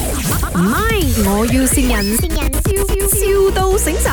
唔係，我要善人，笑笑到醒神。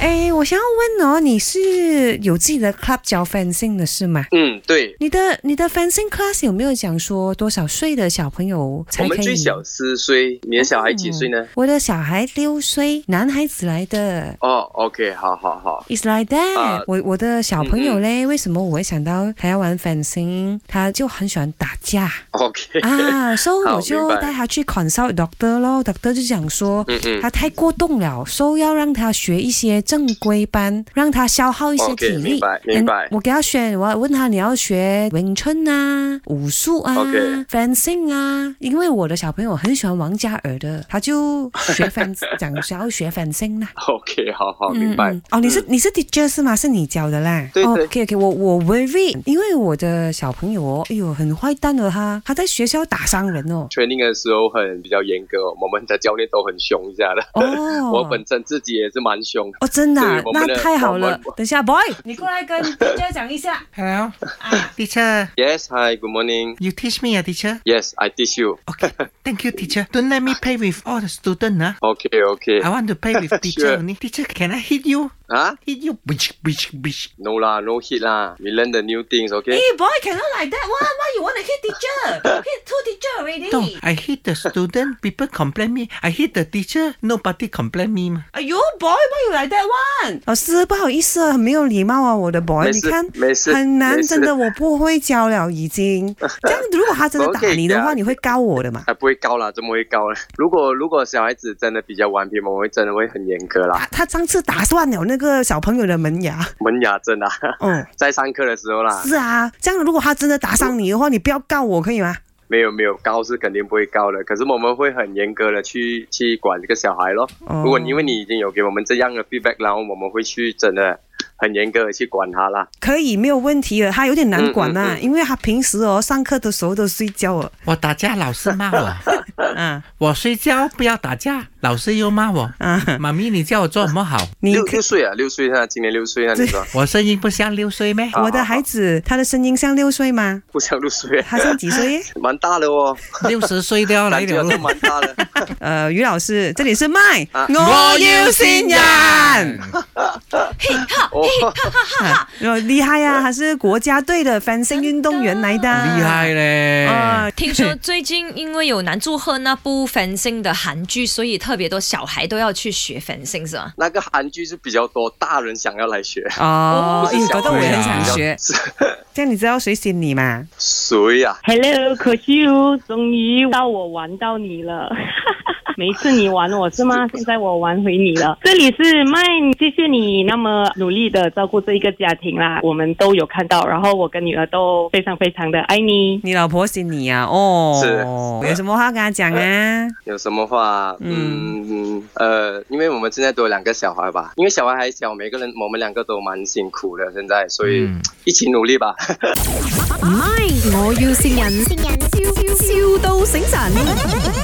哎，我想要问哦，你是有自己的 club 教 fencing 的是吗？嗯，对，你的你的 fencing class 有没有讲说多少岁的小朋友我才可以？嗯们最小四岁，你的小孩几岁呢？我的小孩六岁，男孩子来的。哦，OK，好好好， It's like that、啊嗯我我的小朋友嘞，为什么我会想到他要玩 fencing？他就很喜欢打架 ，OK，啊，所以好我就明白带他去 consult doctor 咯，doctor 就讲说。嗯嗯他太过动了，所以要让他学一些正规班，让他消耗一些体哦 OK，力。明白明白 And 我给他选，我问他你要学咏春啊、武术啊、 OK fencing 啊，因为我的小朋友很喜欢王嘉尔的，他就学 fenc 讲想要学 fencing 啊啦。 ，OK，好好明白嗯嗯。哦，你是你是 teacher 是吗？是你教的啦。对哦对。OK OK，我我 very，因为我的小朋友哦，哎呦，很坏蛋的他，他在学校打伤人哦 training 的时候很比较严格哦，我们的教练都很凶一下的。哦，我本身自己也是蛮凶的。哦，真的、啊对，我那们的太好我了们。等一下，boy，你过来跟 teacher 讲一下。 Hello, teacher. Yes, hi, good morning. You teach me, ah, teacher. Yes, I teach you. Okay, thank you, teacher. Don't let me play with all the student, ah. OK, OK. I want to play with teacher Sure. only. Teacher, can I hit you? 啊 Hit you? Bish, bish, bish. ，No 啦，No hit 啦。We learn the new things, OK? 哎、b o y cannot like that one. Why you want to hit teacher? Hit two teacher No, already. I hit the student. People complain me. I hit the teacher. Nobody complain me. mah. 哎呦，boy，why you like that one？老师，不好意思啊，很没有礼貌啊，我的 boy，没你事看没事很难，没事真的我不会教了，已 经。这样，如果他真的打 OK，你 的话，这样你会告我的嘛？啊，不会高啦，怎么会高呢？如果如果小孩子真的比较顽皮，我们会真的会很严格啦他，他上次打断了那个小朋友的门牙，门牙真的、啊嗯， 在上课的时候啦，是啊，这样如果他真的打伤你的话，你不要告我，可以吗？没有没有高是肯定不会高的，可是我们会很严格的去去管这个小孩咯。哦如果你因为你已经有给我们这样的 feedback，然后我们会去真的很严格的去管他啦。可以没有问题的，他有点难管啊，嗯嗯嗯因为他平时哦上课的时候都睡觉啊 了，我打架，老师骂我。啊我睡觉不要打架，老师又骂我。啊，妈咪，你叫我做什 么好？你六可六岁啊，六岁啊，今年六岁啊，你 说我声音不像六岁咩？好我的孩子他的声音像六岁吗？不像六岁、啊他像几 岁？蛮大的哦，六十岁都要来感觉了都咯。蛮 大的。呃，于老师，这里是麦，啊我要新 人， 哦， 啊哦厉害啊，他是国家队的翻身运动员来的，厉害嘞！ 啊！听 说最近因为有男祝贺那部 fencing 的韩剧，所以特别多小孩都要去学 fencing 是吗？那个韩剧是比较多，大人想要来学。哦，哎不是小搞得我也很想孩 学。是 这样你知道谁选你吗？谁呀、 Hello，可惜哦，终于到我玩到你了。 每次你玩我是吗？现在我玩回你了。这里是麦，谢谢你那么努力的照顾这一个家庭啦，我们都有看到。然后我跟女儿都非常非常的爱你。你老婆选你啊？哦，是有什么话跟他讲啊？有什么话？嗯呃，因为我们现在都有两个小孩吧，因为小孩还小，每个人我们两个都蛮辛苦的，现在所以嗯一起努力吧。唔係，我要善人，笑笑到醒神。